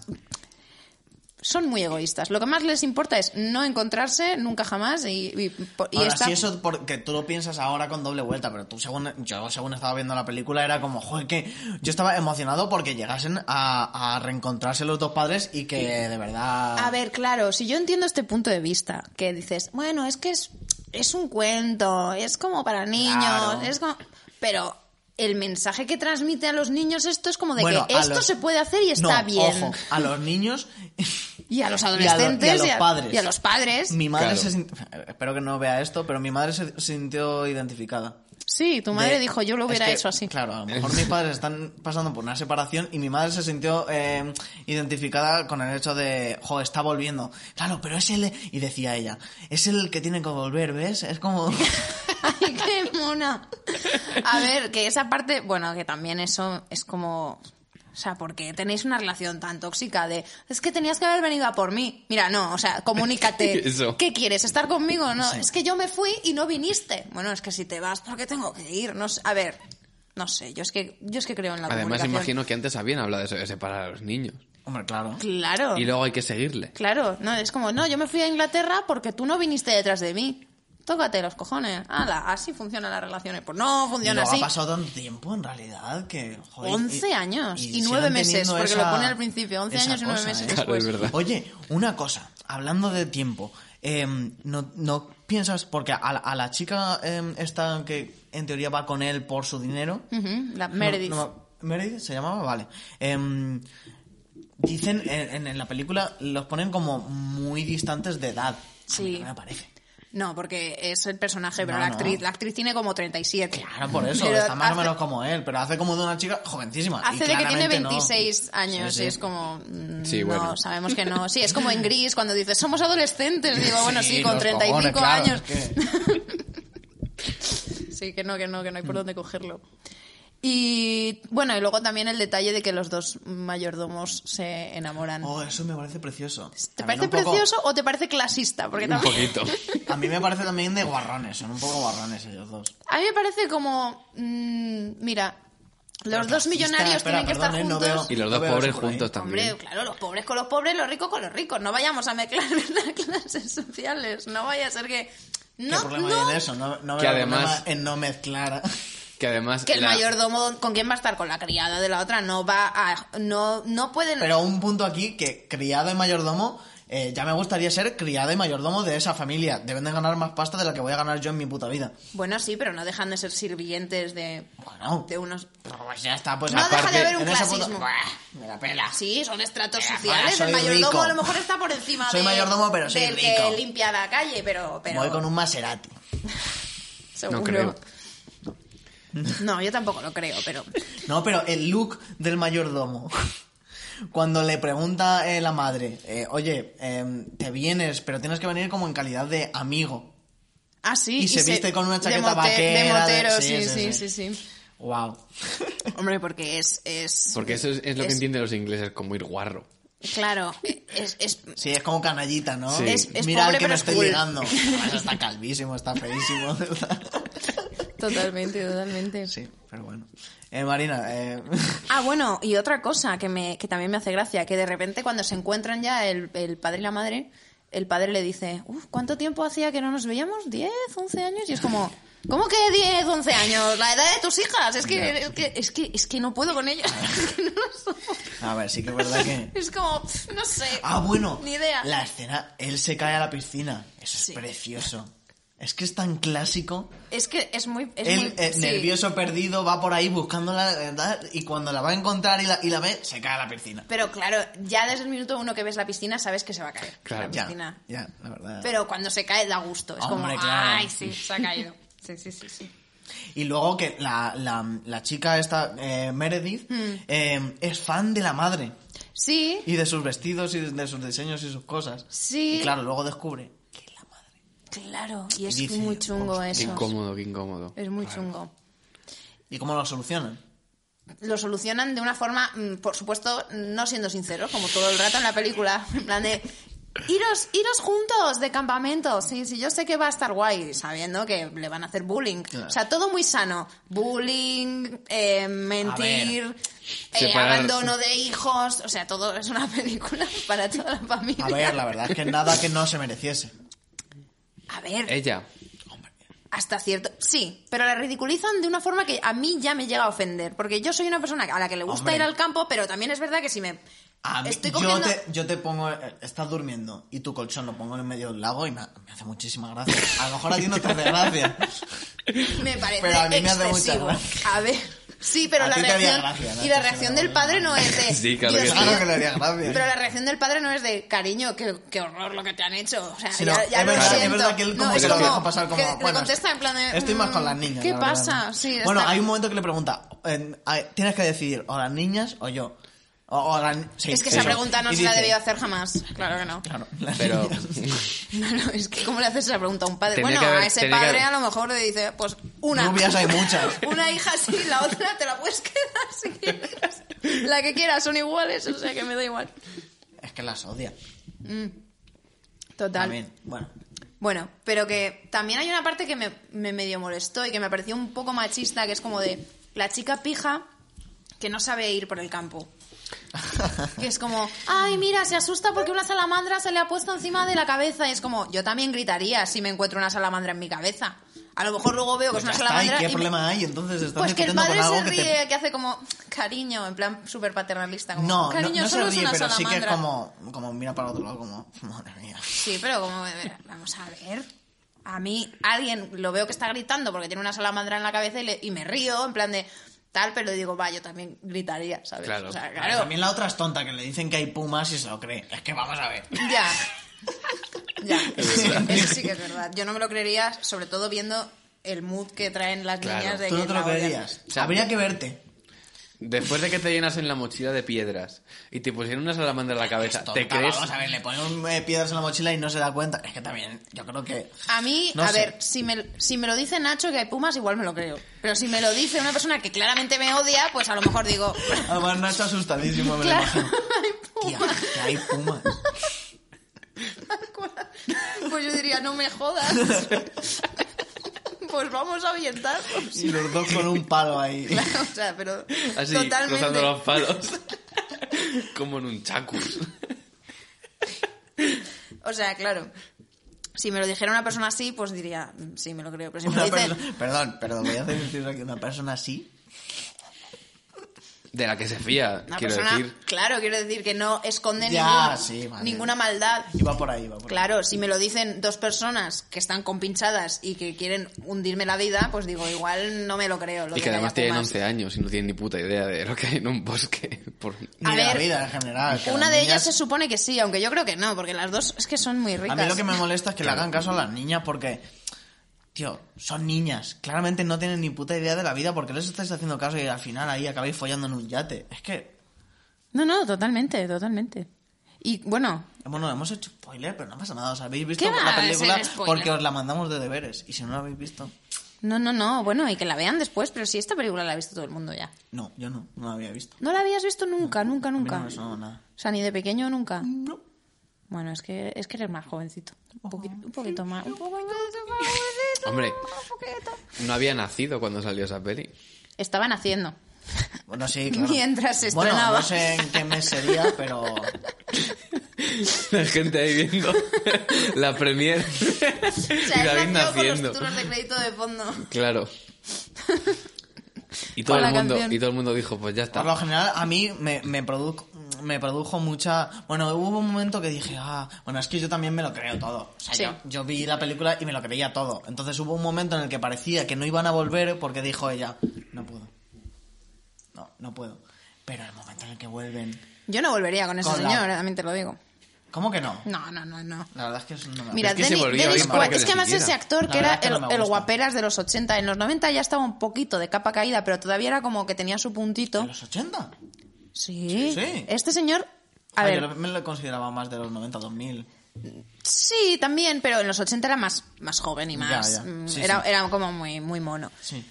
Son muy egoístas. Lo que más les importa es no encontrarse nunca jamás y, y, po- y Ahora, esta- sí, eso porque tú lo piensas ahora con doble vuelta, pero tú según, yo según estaba viendo la película era como, joder, que yo estaba emocionado porque llegasen a, a reencontrarse los dos padres y que de verdad... A ver, claro, si yo entiendo este punto de vista, que dices, bueno, es que es, es un cuento, es como para niños, Claro. es como... Pero el mensaje que transmite a los niños esto es como de Bueno, que a esto los- se puede hacer y está No, bien. ojo, a los <laughs> niños Y a los y a lo- y a adolescentes los padres. y a los padres. Mi madre Claro. se sin- Espero que no vea esto, pero mi madre se sintió identificada. Sí, tu madre De- dijo, yo lo es hubiera que, hecho así. Claro, a lo mejor mis padres están pasando por una separación y mi madre se sintió eh, identificada con el hecho de, jo, está volviendo. Claro, pero es él, y decía ella, es el que tiene que volver, ¿ves? <laughs> Es como... Ay, qué mona. A ver, que esa parte, bueno, que también eso es como. O sea, porque tenéis una relación tan tóxica de es que tenías que haber venido a por mí. Mira, no, o sea, <laughs> comunícate. Eso. ¿Qué quieres? ¿Estar conmigo? No, Sí. es que yo me fui y no viniste. Bueno, es que si te vas, ¿por qué tengo que ir? No sé. A ver, no sé, yo es que, yo es que creo en la Además comunicación. imagino que antes habían hablado de eso, de separar a los niños. Hombre, claro. Claro. Y luego hay que seguirle. Claro, no, es como, no, yo me fui a Inglaterra porque tú no viniste detrás de mí. Tócate los cojones. Ala, así funcionan las relaciones. Pues no Y funciona luego así. ha pasado tanto tiempo en realidad que. joder, 11 y- años y sigan 9 meses, teniendo porque lo esa- pone al principio, 11 esa años y 9 cosa, meses ¿eh? Claro, es después. verdad. Oye, una cosa, hablando de tiempo, eh, no, no piensas, porque a la, a la chica eh, esta que en teoría va con él por su dinero. Ujú, la no- Meredith. no me- Meredith se llamaba, vale. Em, dicen en, en- en la película, los ponen como muy distantes de edad. A mí Sí. no me parece. No, porque es el personaje, pero No, la no. actriz, la actriz tiene como 37. Claro, por eso, Pero está más hace- o menos como él, pero hace como de una chica jovencísima. y Hace de que tiene claramente no. 26 años Sí, sí. y es como... mm, Sí, no, bueno. sabemos que no. Sí, es como en <laughs> gris cuando dices, somos adolescentes. Digo, bueno, sí, Sí, con los 35 cojones, claro, años. es que- Sí, que no, que no, que no hay Mm. por dónde cogerlo. Y bueno, y luego también el detalle de que los dos mayordomos se enamoran. Oh, eso me parece precioso. ¿Te También parece un poco- precioso o te parece clasista? Porque Un también... poquito. A mí me parece también de guarrones, son un poco guarrones ellos dos. A mí me parece como... mm, mira, los Pero dos clasista, millonarios espera, tienen que perdón, estar eh, no juntos. Y los <laughs> No dos veo ¿eh? pobres eso por ahí. juntos también. Hombre, claro, los pobres con los pobres, los ricos con los ricos. No vayamos a mezclar <laughs> las clases sociales. No vaya a ser que... ¿Qué No, problema no. hay en eso? No, no Que veo el además- problema en no mezclar. <laughs> Que además. Que el la- mayordomo con quién va a estar con la criada de la otra no va a no no pueden Pero un punto aquí que criado y mayordomo, eh, ya me gustaría ser criado y mayordomo de esa familia. Deben de ganar más pasta de la que voy a ganar yo en mi puta vida. Bueno, sí, pero no dejan de ser sirvientes de, Bueno, de unos... pues ya está, pues No deja aparte, de haber un en esa puta- clasismo. Buah, me la pela. Sí, son estratos Eh, sociales. soy El mayordomo rico. a lo mejor está por encima Soy de- mayordomo, pero soy del que rico. limpia la calle, pero... pero Voy con un Maserati. seguro. No creo. No, yo tampoco lo creo, <laughs> pero... No, pero el look del mayordomo. <laughs> Cuando le pregunta eh, la madre, eh, oye, eh, te vienes, pero tienes que venir como en calidad de amigo. Ah, sí. Y se viste con una chaqueta de mote- vaquera, de- De motero, sí, sí, sí, sí, sí. sí, sí, Wow. Hombre, porque es... es Porque eso es, es lo que Es- entienden los ingleses como ir guarro. Claro, es... es- Sí, es como canallita, ¿no? Sí. Es- es Mira al pobre, que pero me es estoy cool. llegando. <laughs> Además, está calvísimo, está feísimo. de verdad. Totalmente, totalmente. sí, pero bueno. Eh, Marina, eh, <laughs> Ah, bueno, y otra cosa que, me, que también me hace gracia, que de repente cuando se encuentran ya el, el padre y la madre, el padre le dice, uff, ¿cuánto tiempo hacía que no nos veíamos? ¿10, 11 años? Y es como, ¿cómo que 10, 11 años? La edad de tus hijas, es que, es que, es que, es que no puedo con ellas. <laughs> Es que no lo soporto. a ver, sí que es <laughs> verdad que... Es como, pf, no sé. Ah, bueno. Ni idea. La escena, él se cae a la piscina. Eso es Sí. precioso. Es que es tan clásico. Es que es muy... Es Él, muy- eh, sí. nervioso, perdido, va por ahí buscándola eh, tal, y cuando la va a encontrar y la, y la ve, se cae a la piscina. Pero claro, ya desde el minuto uno que ves la piscina sabes que se va a caer. Claro. La Ya, piscina. ya, la verdad. Pero cuando se cae da gusto. Es Hombre, como, claro. ay, sí, se ha caído. Sí, sí, sí, sí. Y luego que la, la, la chica esta, eh, Meredith, Hmm. eh, es fan de la madre Sí, y de sus vestidos y de, de sus diseños y sus cosas. Sí. Y claro, luego descubre que es la madre. claro. Y es Dice, muy chungo "Hostia, Qué eso. incómodo, qué incómodo. Es muy chungo. ¿Y cómo lo solucionan? Lo solucionan de una forma, mm, por supuesto, no siendo sinceros, como todo el rato en la película. <laughs> En plan de. Iros, iros juntos de campamento. Sí, sí, yo sé que va a estar guay, sabiendo que le van a hacer bullying. Claro. O sea, todo muy sano. Bullying, eh, mentir, eh, Separar- abandono de hijos. O sea, todo es una <laughs> película para toda la familia. A ver, la verdad es <laughs> que nada que no se mereciese. A ver, Ella. Hasta cierto. Sí, pero la ridiculizan de una forma que a mí ya me llega a ofender. Porque yo soy una persona a la que le gusta Hombre. ir al campo, pero también es verdad que si me. A mí- estoy yo, comiendo. te, yo te pongo, eh, estás durmiendo y tu colchón lo pongo en medio del lago y me, me hace muchísima gracia. A lo mejor a ti no te hace gracia. <laughs> Me parece Pero a mí me hace excesivo. mucha gracia. a ver. Sí, pero A la ti te haría reacción. gracia, ¿no? y la Sí, reacción sí, del sí. padre no es <laughs> de. Sí, claro que sí. Claro que le haría gracia. Pero la reacción del padre no es de cariño, qué, qué horror lo que te han hecho. O sea, Sí, no, ya, ya es lo verdad, es siento. verdad que él como No, que es se lo como deja pasar como, que le bueno, contesta en plan de. Estoy más con mm, las niñas. ¿Qué la verdad. pasa? Sí, bueno, está- hay un momento que le pregunta, en- a- tienes que decidir o las niñas o yo. O, o la ni- sí, Es que esa eso. pregunta no Y se la dice, debió hacer jamás. Claro que no. Claro, las <laughs> Pero. niñas. No, no, es que ¿cómo le haces esa pregunta a un padre? Tenía bueno, que haber- a ese tenía que padre haber- a lo mejor le dice, pues una. Rubias hay muchas. <laughs> una hija sí, la otra te la puedes quedar si quieres. La que quieras, son iguales, o sea que me da igual. Es que las odia. Total. También. Bueno, Bueno, pero que también hay una parte que me, me medio molestó y que me pareció un poco machista, que es como de la chica pija que no sabe ir por el campo. Pues Que es como, ay, mira, se asusta porque una salamandra se le ha puesto encima de la cabeza. Y es como, yo también gritaría si me encuentro una salamandra en mi cabeza. A lo mejor luego veo que es una Pues Ya está, ¿y salamandra. ¿Qué y me- problema hay? Entonces estás Pues que el discutiendo padre con se algo que ríe, te... que, hace como cariño, en plan súper paternalista. Como, No, no, cariño, no se solo es ríe, una pero sí que es salamandra". como, como mira para el otro lado, como, madre mía. Sí, pero como, vamos a ver. A mí, alguien lo veo que está gritando porque tiene una salamandra en la cabeza y, le- y me río, en plan de tal, pero digo, va, yo también gritaría, ¿sabes? Claro. O sea, Claro. claro. También la otra es tonta, que le dicen que hay pumas y se lo cree. Es que vamos a ver. Ya. Ya. Eso sí que es verdad. Yo no me lo creería, sobre todo viendo el mood que traen las Claro. niñas de Tú no que te la lo odian. creerías. O sea, Habría que verte. Después de que te llenasen la mochila de piedras y te pusieron una salamandra en la cabeza, Tonta, ¿te crees? Vamos a ver, le ponen eh, piedras en la mochila y no se da cuenta. Es que también, yo creo que... A mí, No a sé. ver, si me, si me lo dice Nacho que hay pumas, igual me lo creo. Pero si me lo dice una persona que claramente me odia, pues a lo mejor digo, Además, Nacho asustadísimo, me lo claro, imagino. hay Tía, pumas. que hay pumas. <laughs> Pues yo diría, no me <laughs> jodas. Pues vamos a avientarlos. Y los dos con un palo ahí. Claro, <laughs> o sea, pero Así, cruzando totalmente. los palos. <laughs> Como en un chacus. O sea, claro. Si me lo dijera una persona así, pues diría, "Mm, sí, me lo creo. Pero si me Una lo dicen, persona- perdón, perdón, voy a hacer decir aquí una persona así. De la que se fía, una quiero persona, decir. claro, quiero decir que no esconde Ya, ningún- sí, vale. ninguna maldad. Iba por ahí, iba por ahí. Claro, si me lo dicen dos personas que están compinchadas y que quieren hundirme la vida, pues digo, igual no me lo creo. lo Y de que además tienen Ayacumas. 11 años y no tienen ni puta idea de lo que hay en un bosque. Por... A Ni de la ver, vida en general. que Una las de niñas- ellas se supone que sí, aunque yo creo que no, porque las dos es que son muy A ricas. mí lo que me molesta es que le hagan caso a las niñas porque, tío, son niñas. Claramente no tienen ni puta idea de la vida porque les estáis haciendo caso y al final ahí acabáis follando en un yate. Es que, No, no, totalmente, totalmente. Y bueno, bueno, hemos hecho spoiler, pero no pasa nada. Os habéis visto ¿Qué va la a ser película spoiler? porque os la mandamos de deberes. Y si no la habéis visto, no, no, no, bueno, y que la vean después, pero si esta película la ha visto todo el mundo ya. no, yo no, no la había visto. No la habías visto nunca, nunca, A mí nunca. No, me sonó nada. O sea, ni de pequeño nunca. No. Bueno, es que es que eres más jovencito. Un poquito, un poquito más. Un poquito más jovencito, Hombre. un poquito. No había nacido cuando salió esa peli. Estaban <laughs> haciendo. Bueno, sí, claro. Mientras se Bueno, estrenaba. no sé en qué mes sería, pero... La <laughs> gente ahí viendo <laughs> la premier <laughs> O sea, y David él nació con los naciendo. títulos de crédito de fondo. <laughs> Claro. Y todo, Con el la mundo, canción. y todo el mundo dijo, pues ya Por lo está. general, a mí me, me, produjo, me produjo mucha... Bueno, hubo un momento que dije, ah, bueno, es que yo también me lo creo todo. O sea, Sí. yo, yo vi la película y me lo creía todo. Entonces hubo un momento en el que parecía que no iban a volver porque dijo ella, no puedo. No, no puedo. Pero el momento en el que vuelven... Yo no volvería con ese Con la- señor, también te lo digo. ¿cómo que no? No, no, no, no. La verdad es que eso no me Mira, Es que se Denny- volvió Dennis bien para Quaid- que es le que además siguiera. ese actor La que verdad era es que el, no me el gusta. guaperas de los 80, en los 90 ya estaba un poquito de capa caída, pero todavía era como que tenía su ¿De puntito. los 80? Sí. sí. Este señor, a Ah, ver, Yo lo- me lo consideraba más de los 90, 2000. sí, también, pero en los 80 era más, más joven y más... Ya, ya. mm, Sí, era, sí. era como muy, muy mono. Sí.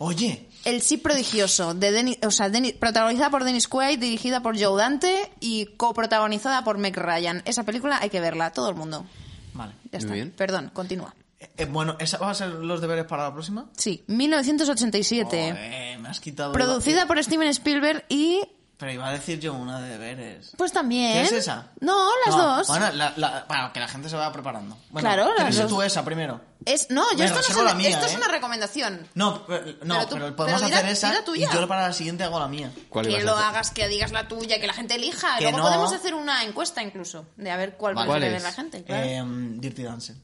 Oye, El sí prodigioso, de Deni- o sea, Deni- protagonizada por Dennis Quaid, dirigida por Joe Dante y coprotagonizada por Meg Ryan. Esa película hay que verla, todo el mundo. vale. Ya Muy está. bien. Perdón, continúa. Eh, eh, bueno, ¿esa va a ser los deberes para la próxima? Sí, 1987. Joder, me has quitado... Producida por Steven Spielberg y. Pero iba a decir yo una de deberes. Pues también. ¿Qué es esa? No, las No, dos. Bueno, la- la- para que la gente se vaya preparando. Bueno, Claro, las ¿quieres dos. tú esa primero? Es, no, yo Me esto, no es reservo una, la mía, esto es ¿eh? una recomendación. No, pero, no, Pero pero, tú- podemos pero di la- hacer esa di la tuya. y yo para la siguiente hago la mía. ¿Cuál que ibas a lo hacer? hagas, que digas la tuya, que la gente elija. Que Luego no. podemos hacer una encuesta incluso, de a ver cuál Vale. ¿Cuál prefiere ver es? la gente. claro. Eh, Dirty Dancing.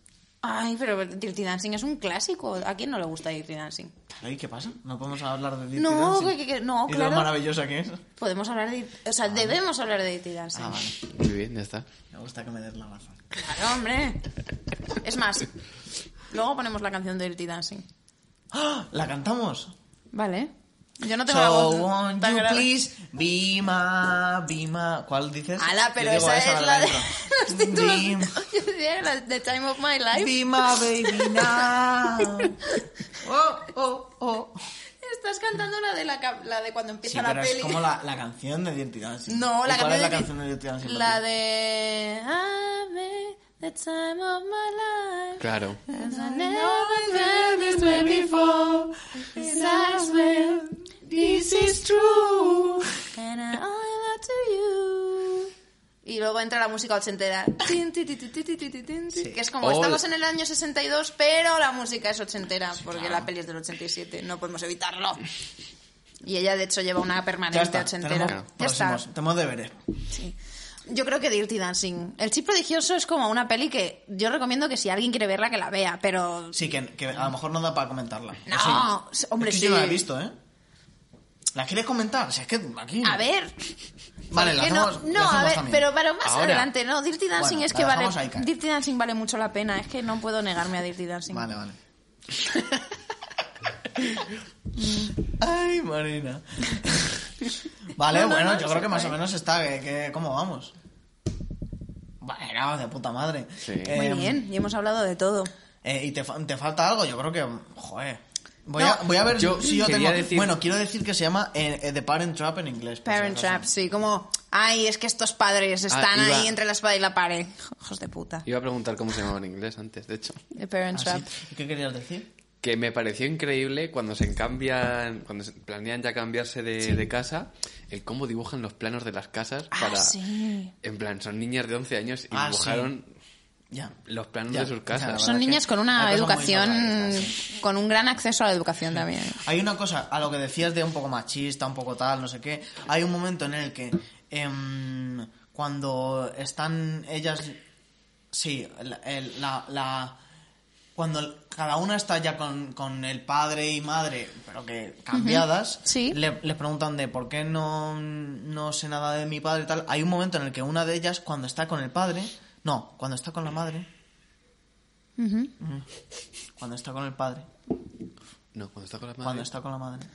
Ay, pero Dirty Dancing es un clásico. ¿A quién no le gusta Dirty Dancing? Ay, ¿qué pasa? ¿No podemos hablar de Dirty No, Dancing? que- que- que- no, ¿Y de claro. lo maravillosa que es? Podemos hablar de. O sea, debemos hablar de Dirty Dancing. Ah, vale. Muy bien, ya está. Me gusta que me des la razón. Claro, hombre. Es más, luego ponemos la canción de Dirty Dancing. ¡Ah! ¿La cantamos? Vale. Yo no tengo la So voz. won't tan you grave. please be my, be my... ¿Cuál dices? Ala, Yo pero digo esa, es la de intro. <laughs> los títulos. Be my- Yo diría la de Time of My Life. Be my baby <laughs> now. Oh, oh, oh. Estás cantando la de la, ca- la de cuando Sí, empieza la pero peli. es como la, la canción de Dirty Dancing. No, ¿Y la ¿Cuál canción es la de- canción de Dirty Dancing? La de I made the time of my life. Claro. As I never felt this way before. As I swear This is true. And I'm after you. Y luego entra la música ochentera. Tin, ti, ti, ti, ti, ti, ti, ti, tin, ti. Que es como, Oh. estamos en el año 62, pero la música es ochentera, porque la peli es del 87, no podemos evitarlo. Y ella, de hecho, lleva una Ya permanente está, ochentera. tenemos, Ya está. próximos, tenemos deberes. Sí. Yo creo que Dirty Dancing. El Chip Prodigioso es como una peli que yo recomiendo que si alguien quiere verla, que la vea, pero... Sí, que, que a lo mejor no da para comentarla. No, O hombre, es que sí. Yo no la he visto, ¿eh? ¿La quieres comentar? Si es que aquí... A ver. Vale, ¿por la qué hacemos- no, la no a hacemos ver, también. pero para más Ahora. adelante, no. Dirty Dancing Bueno, es la que vale. dejamos ahí caer. Dirty Dancing vale mucho la pena, es que no puedo negarme a Dirty Dancing. <laughs> Vale, vale. <laughs> Ay, Marina. Vale, No, no, bueno, no, no yo creo se que más o puede. menos está. Que, que- ¿Cómo vamos? Bueno, de puta madre. Sí. Muy Eh, bien, y hemos hablado de todo. eh, ¿Y te, fa- te falta algo? Yo creo que... Joder. Voy, No. a, voy a ver Yo si yo quería tengo... decir- Bueno, quiero decir que se llama eh, eh, The Parent Trap en inglés. por si Parent acaso. Trap, sí, como, ay, es que estos padres Ah, están iba- ahí entre la espada y la pared. Hijos de puta. Iba a preguntar cómo se llamaba en inglés antes, de hecho. The Parent Ah, Trap. sí. ¿Y ¿Qué querías decir? Que me pareció increíble cuando se cambian, cuando se planean ya cambiarse de, de casa, el cómo dibujan los planos de las casas Ah, para... sí. En plan, son niñas de 11 años y Ah, sí. dibujaron Ya. los planos Ya, de sus ya, casas. la Son verdad que niñas con una hay cosas muy educación, surrealistas, con un gran acceso a la educación también. Hay una cosa, a lo que decías de un poco machista, un poco tal, no sé qué. Hay un momento en el que em, cuando están ellas... Sí, el- el- la, la- Cuando el- cada una está ya con, con el padre y madre, pero que cambiadas, Sí. le- les preguntan de por qué no, no sé nada de mi padre y tal. Hay un momento en el que una de ellas, cuando está con el padre... No, cuando está con la madre, Ujú. cuando está con el padre, No, cuando está con la madre. cuando está con la madre.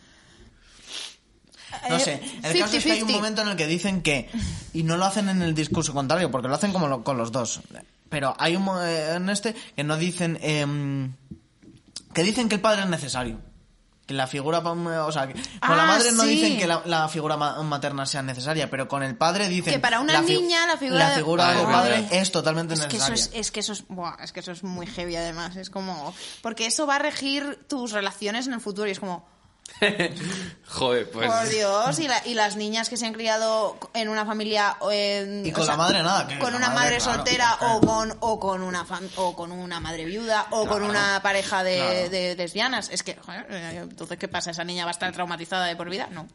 No Eh, sé, el caso es que hay un 50-50. momento en el que dicen que, y no lo hacen en el discurso contrario, porque lo hacen como lo- con los dos, pero hay un mo- eh, en este que no dicen, em, que dicen que el padre es necesario. Que la figura, pa- o sea, que con la Ah, madre no sí. dicen que la, la figura ma- materna sea necesaria, pero con el padre dicen Que para una fi- niña la figura de- Ah, del es padre verdad. es totalmente Es que eso necesaria. es, es que eso es, buah, es que eso es muy heavy además, es como porque eso va a regir tus relaciones en el futuro y es como Joder, pues... por Dios y, la- y las niñas que se han criado en una familia o en- Y o con la madre nada, que con la una madre, madre, claro, soltera claro. o con o con una fam- o con una madre viuda o con Claro, una pareja de, claro. de lesbianas es que joder, eh, entonces qué pasa esa niña va a estar traumatizada de por vida no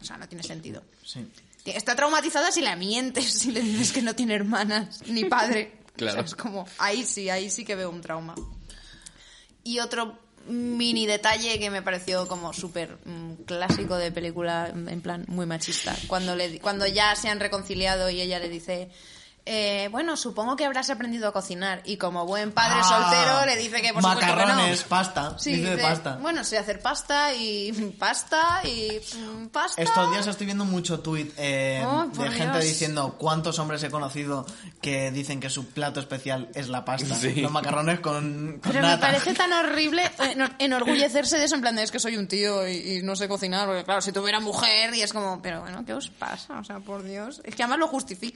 o sea no tiene sentido Sí. Está traumatizada si la mientes, <laughs> si le dices que no tiene hermanas ni <laughs> padre. Claro. O sea, es como, ahí sí, ahí sí que veo un trauma. Y otro mini detalle que me pareció como súper mm, clásico de película, en plan muy machista, cuando, le, cuando ya se han reconciliado y ella le dice... eh, bueno, supongo que habrás aprendido a cocinar y como buen padre Ah, soltero le dice que por supuesto que no. Macarrones, pasta, dice de dice, pasta. Bueno, sé hacer pasta y <laughs> pasta y mm, pasta. Estos días estoy viendo mucho tweet eh, Oh, por de gente Dios. eh, pues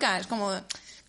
ah, Mm.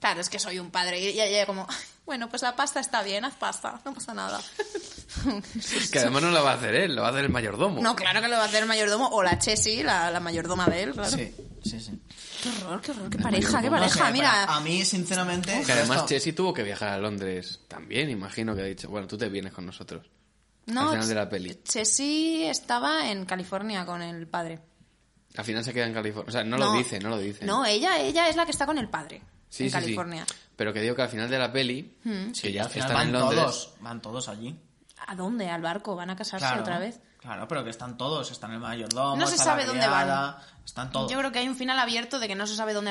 <laughs> "Pues Ah, Pero <laughs> mm, <laughs> <laughs> Sí, ¿Ah, eh, a eso.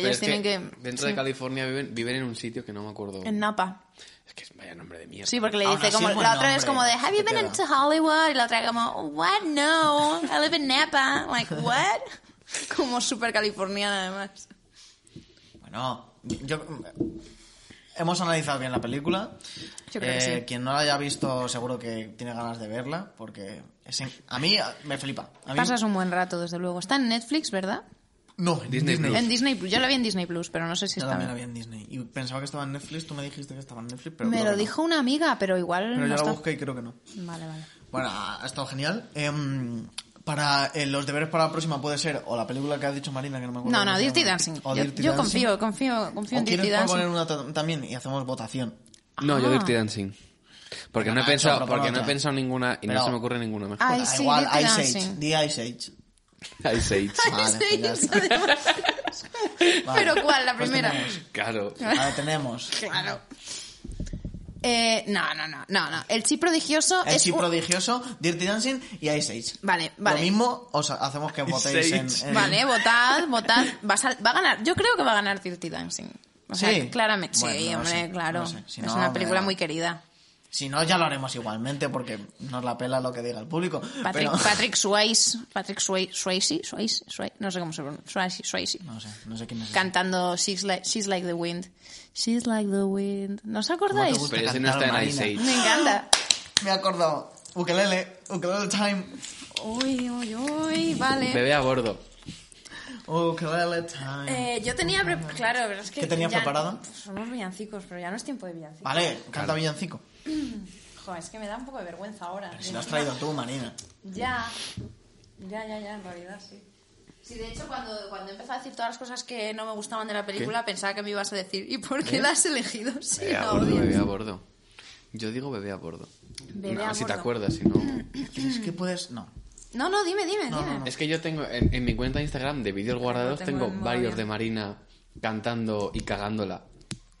ellos es tienen que. Dentro sí. de California viven, viven en un sitio que no me acuerdo. En Napa. Es que es vaya nombre de mierda. Sí, porque le Aún dice así como. es buen La otra es nombre, como de, ¿Have you se been into queda. Hollywood? Y la otra como, ¿What? No. I live in Napa. Like, ¿what? <laughs> Como súper californiana, además. Bueno, yo... Hemos analizado bien la película. Eh, Yo creo que sí. Quien no la haya visto seguro que tiene ganas de verla porque es en- a mí a- me flipa. A mí- Pasas un buen rato, desde luego. Está en Netflix, ¿verdad? No, en Disney Disney. Plus. En Disney Plus. Yo la vi en Disney Plus, pero no sé si Yo está. también la vi en Disney. Y pensaba que estaba en Netflix, tú me dijiste que estaba en Netflix, pero Me creo lo que no. dijo una amiga, pero igual Pero no yo la está. busqué y creo que no. Vale, vale. Bueno, ha ha estado genial. Em, para eh, los deberes para la próxima puede ser o la película que ha dicho Marina que no me acuerdo. No, cómo no, se Dirty llama, Dancing. o Yo, Dirty yo Dancing. confío, confío, confío ¿O en Dirty quieres Dancing. proponer una ta- también y hacemos votación? No, yo Ah. Dirty Dancing. Porque no he Ah, pensado, eso, propon porque no he otra. pensado ninguna y no Pero- se me ocurre ninguna mejor. Ay, Da sí, igual, Dirty Ice Age. Dancing. Di Ice <laughs> Age. Ice Age. Vale, <laughs> Sí, pues ya está. además. <laughs> Vale. Pero ¿cuál? La Pues primera. <laughs> tenemos. Claro. Vale, tenemos. claro. Eh, no, no, no, no, no. El chi prodigioso El es Chi un- prodigioso, Dirty Dancing y Ice Age. Vale, vale. Lo mismo os <laughs> hacemos que votéis en, Age. <laughs> en- Vale, votad, votad. Vas a- Va a ganar. Yo creo que va a ganar Dirty Dancing. O sea, Sí. claramente. Sí, Bueno, no hombre, sé, claro. no sé. Si es no, una me película da- muy querida. Si no, ya lo haremos igualmente porque nos la pela lo que diga el público. Patrick, pero- Patrick Swayze, Patrick Sway- Swayze, Swayze, Swayze, no sé cómo se pronuncia, Swayze, Swayze. <laughs> No sé, no sé quién es. ese. cantando She's like, She's like the Wind. She's like the Wind. ¿No os acordáis? ¿Cómo te Pero ese no está en Ice Age. Me encanta. Me he acordado. Ukelele, ukelele time. Uy, uy, uy, vale. Bebé a bordo. Ukelele time. Eh, yo tenía, pre- claro, pero es que Mm. ¿Qué tenías ya- preparado? Pues son unos villancicos, pero ya no es tiempo de villancicos. Vale, canta villancico. Jo, es que me da un poco de vergüenza ahora. Ah. Si lo has traído tú, Marina. Ya, ya, ya, ya, en realidad sí. Sí, de hecho, cuando, cuando empezó a decir todas las cosas que no me gustaban de la película, pensaba que me ibas a decir, ¿y por ¿Eh? qué las has elegido? <laughs> Sí, Bebé a bordo, bebé a bordo. Yo digo bebé a bordo. Bebé No, a si te bordo. acuerdas, si no. Es que puedes. No. No, no, dime, dime, dime. Es que yo tengo en, en mi cuenta de Instagram de vídeos guardados tengo tengo, en modo varios avión. de Marina cantando y cagándola.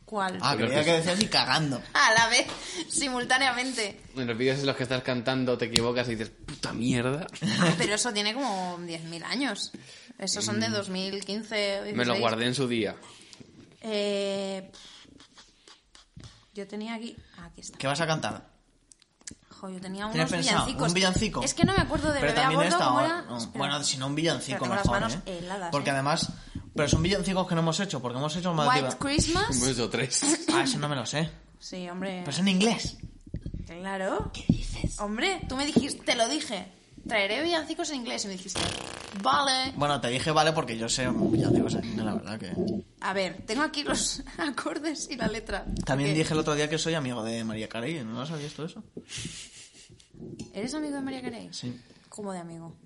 ¿Cuál? Ah, creo creía que que decías y cagando. A la vez, <laughs> simultáneamente. En los vídeos en los que estás cantando te equivocas y dices, puta mierda. Ah, pero eso tiene como 10.000 años. Esos son de Mm. 2015. Me lo 16. guardé en su día. Eh, yo tenía aquí. ah, aquí está. ¿Qué vas a cantar? Jo, yo tenía unos ¿Tienes pensado? villancicos. ¿Un villancico? Es que no me acuerdo de Pero bebé a también bordo está. cómo era. no, Espera. Bueno, si no, un villancico Espera, tengo mejor. las manos ¿eh? heladas, porque ¿eh? además. Pero son villancicos que no hemos hecho, porque hemos hecho más de- White Un Christmas. beso <laughs> tres. Ah, eso no me lo sé. Sí, hombre. Pero es en inglés. Claro. ¿Qué dices? Hombre, tú me dijiste, te lo dije. Traeré villancicos en inglés y me dijiste, vale. Bueno, te dije vale porque yo sé villancicos en inglés, la verdad que. A ver, tengo aquí los <laughs> acordes y la letra. También Porque- dije el otro día que soy amigo de María Carey, ¿no lo sabías tú eso? ¿Eres amigo de María Carey? Sí. Como de amigo.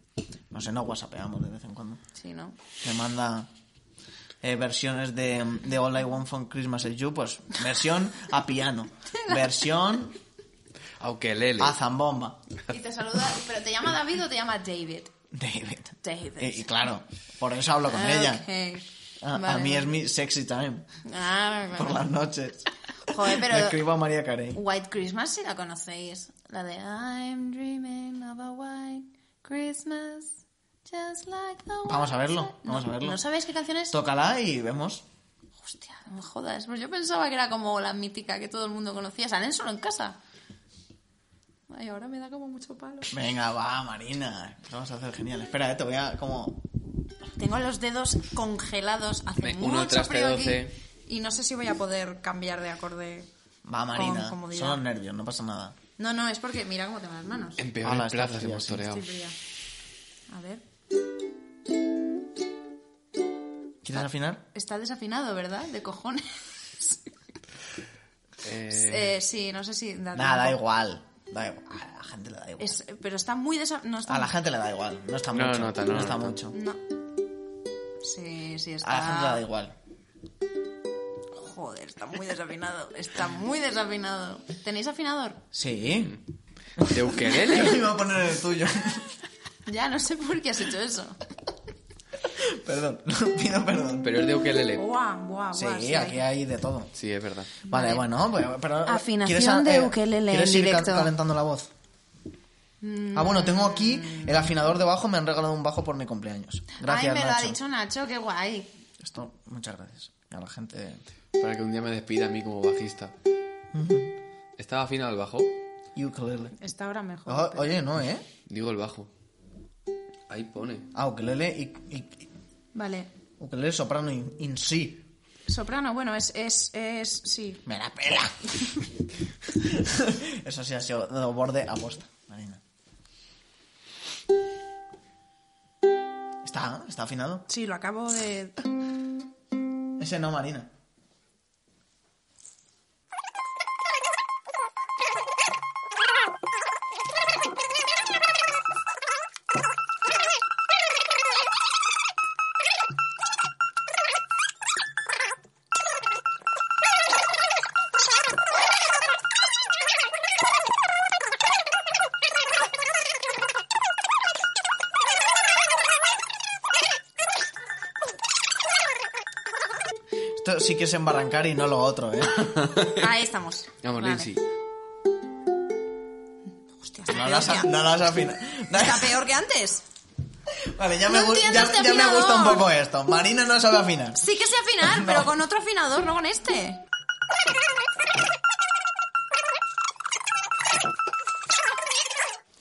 No sé, no whatsappeamos de vez en cuando. Sí, ¿no? me manda eh, versiones de, de All I Want from Christmas is You, pues versión a <laughs> piano, versión Aunque Lele. a zambomba. Y te saluda, pero ¿te llama David o te llama David? David. Eh, David. Y, y claro, por eso hablo con ella. Ah, Ah, Ok. A, a Vale, mí vale. es mi sexy time Ah, por vale. las noches. Joder, <laughs> pero- Le escribo a María Carey. White Christmas, si la conocéis. La de I'm dreaming of a white Christmas. Just like the one Vamos a verlo, that- vamos no, a verlo. ¿No sabéis qué canción es? Tócala y vemos. Hostia, no me jodas. Pues yo pensaba que era como la mítica que todo el mundo conocía. Salen solo en casa. Ay, ahora me da como mucho palo. Venga, va, Marina. Lo Vamos a hacer genial. Espera, eh, te voy a como... Tengo los dedos congelados hace Me- uno mucho tras de frío doce. aquí y no sé si voy a poder cambiar de acorde. Va, Marina. Con comodidad. Son los nervios, no pasa nada. No, no, es porque mira cómo tengo las manos. En Ala, peores está plazas fría, hemos sí. toreado. Estoy fría. A ver, ¿Quieres Ah. afinar? está desafinado, ¿verdad? De cojones. Eh, <laughs> Eh, sí, no sé si da Nada, da tiempo. igual. Da igual. A la gente le da igual. Es- pero está muy desa... no está A la gente le da igual. No está No mucho. lo nota, no lo está nota. mucho. No. Sí, sí está. A la gente le da igual. Joder, está muy desafinado. Está muy desafinado. ¿Tenéis afinador? Sí. Eh, de ukelele. <laughs> Yo iba a poner el tuyo. <laughs> Ya no sé por qué has hecho eso. perdón. <laughs> Pido perdón. Pero es de ukelele. Buah, buah, buah. sí, sí, aquí hay- hay de todo. Sí, es verdad. Vale, bueno, pues, pero... Afinación ¿quieres a- eh, de ukelele ¿Quieres en ir ca- directo. calentando la voz? Ah, bueno, tengo aquí el afinador de bajo. Me han regalado un bajo por mi cumpleaños. Gracias, Ay, me Nacho. lo ha dicho Nacho, qué guay. Esto, muchas gracias. Y a la gente. Para que un día me despida a mí como bajista. ¿Estaba afina al bajo? Ukulele. Está ahora mejor. O- pero- oye, no, ¿eh? Digo el bajo. Ahí pone. Ah, ukulele y. y- Vale. ukulele soprano in, in si. Soprano, bueno, es, es, es, sí. ¡Me la pela! <laughs> Eso sí ha sido de borde a posta, Marina. Está, está afinado. Sí, lo acabo <laughs> de... Ese no, Marina. Esto sí que es embarrancar y no lo otro, ¿eh? Ahí estamos. Vamos, Vale. Lindsay. Hostia, está, No peor lo has, que no lo has afinado. an- está peor que antes. Vale, ya me, No gu- entiendo ya- este ya me gusta un afinador. poco esto. Marina no sabe afinar. Sí que sé <laughs> afinar, No. pero con otro afinador, no con este.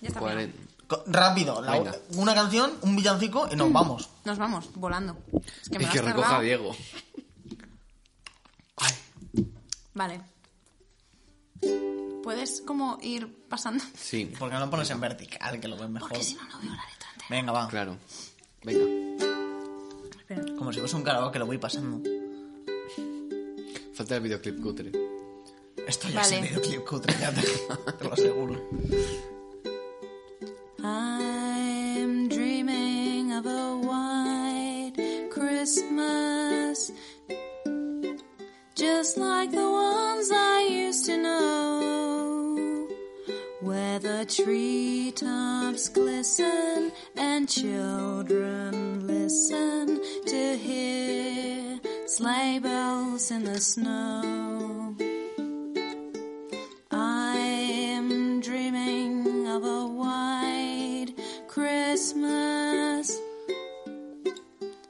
Ya está. afinado. Cuaren- Co- Rápido, la- Venga. una canción, un villancico y nos Mm. vamos. Nos vamos, volando. Es que me Y lo <laughs> que has recoja cargado. a Diego. Vale. ¿Puedes como ir pasando? Sí, ¿Y por qué no lo pones en vertical, que lo ves mejor? Porque si no, no veo la letra entera. Venga, va. claro. Venga. Espera. Como si fuese un karaoke, lo voy pasando. Falta el videoclip cutre. Esto ya es Vale. el videoclip cutre, ya te, te <laughs> lo aseguro. I'm dreaming of a white Christmas, just like the ones I used to know, where the treetops glisten and children listen to hear sleigh bells in the snow. I'm dreaming of a white Christmas.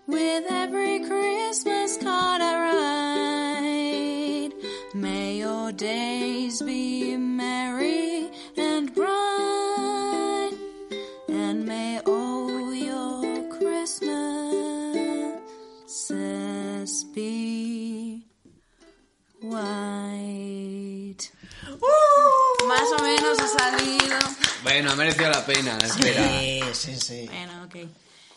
With every Christmas card I write, may your days be merry and bright, and may all your Christmases be white. Más o menos ha salido. Bueno, ha merecido la pena la espera. Sí, sí, sí. Bueno, ok.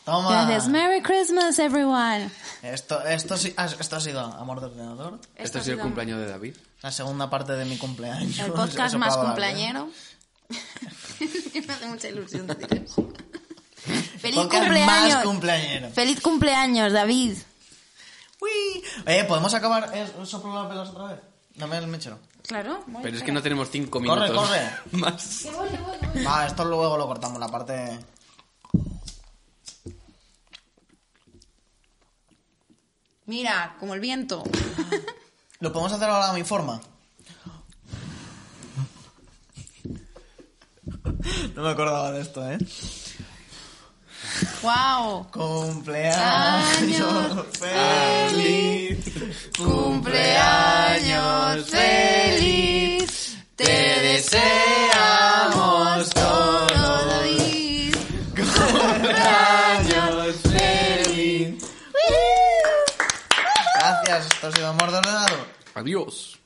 Toma. Merry Christmas, everyone. Esto, esto, sí- ah, esto ha sido Amor de Ordenador. Esto Este ha sido el cumpleaños de David. La segunda parte de mi cumpleaños. El podcast <laughs> Eso más acaba, ¿eh? cumpleañero. <laughs> Y me hace mucha ilusión decir eso. ¡Feliz Podcast cumpleaños! más cumpleañero. ¡Feliz cumpleaños, David! Uy. Eh, ¿podemos acabar eh, soplo las velas otra vez? Dame el mechero. Claro. voy, Pero es que espera. no tenemos cinco Corre, minutos corre. <laughs> más. Que voy, que voy, que voy. Va, esto luego lo cortamos, la parte... Mira, como el viento. ¿Lo podemos hacer ahora a mi forma? <laughs> No me acordaba de esto, ¿eh? ¡Wow! Cumpleaños feliz. ¡Cumpleaños feliz! Te deseamos todo, David. Cumpleaños feliz. Gracias, esto ha sido amor de ordenador. Adiós.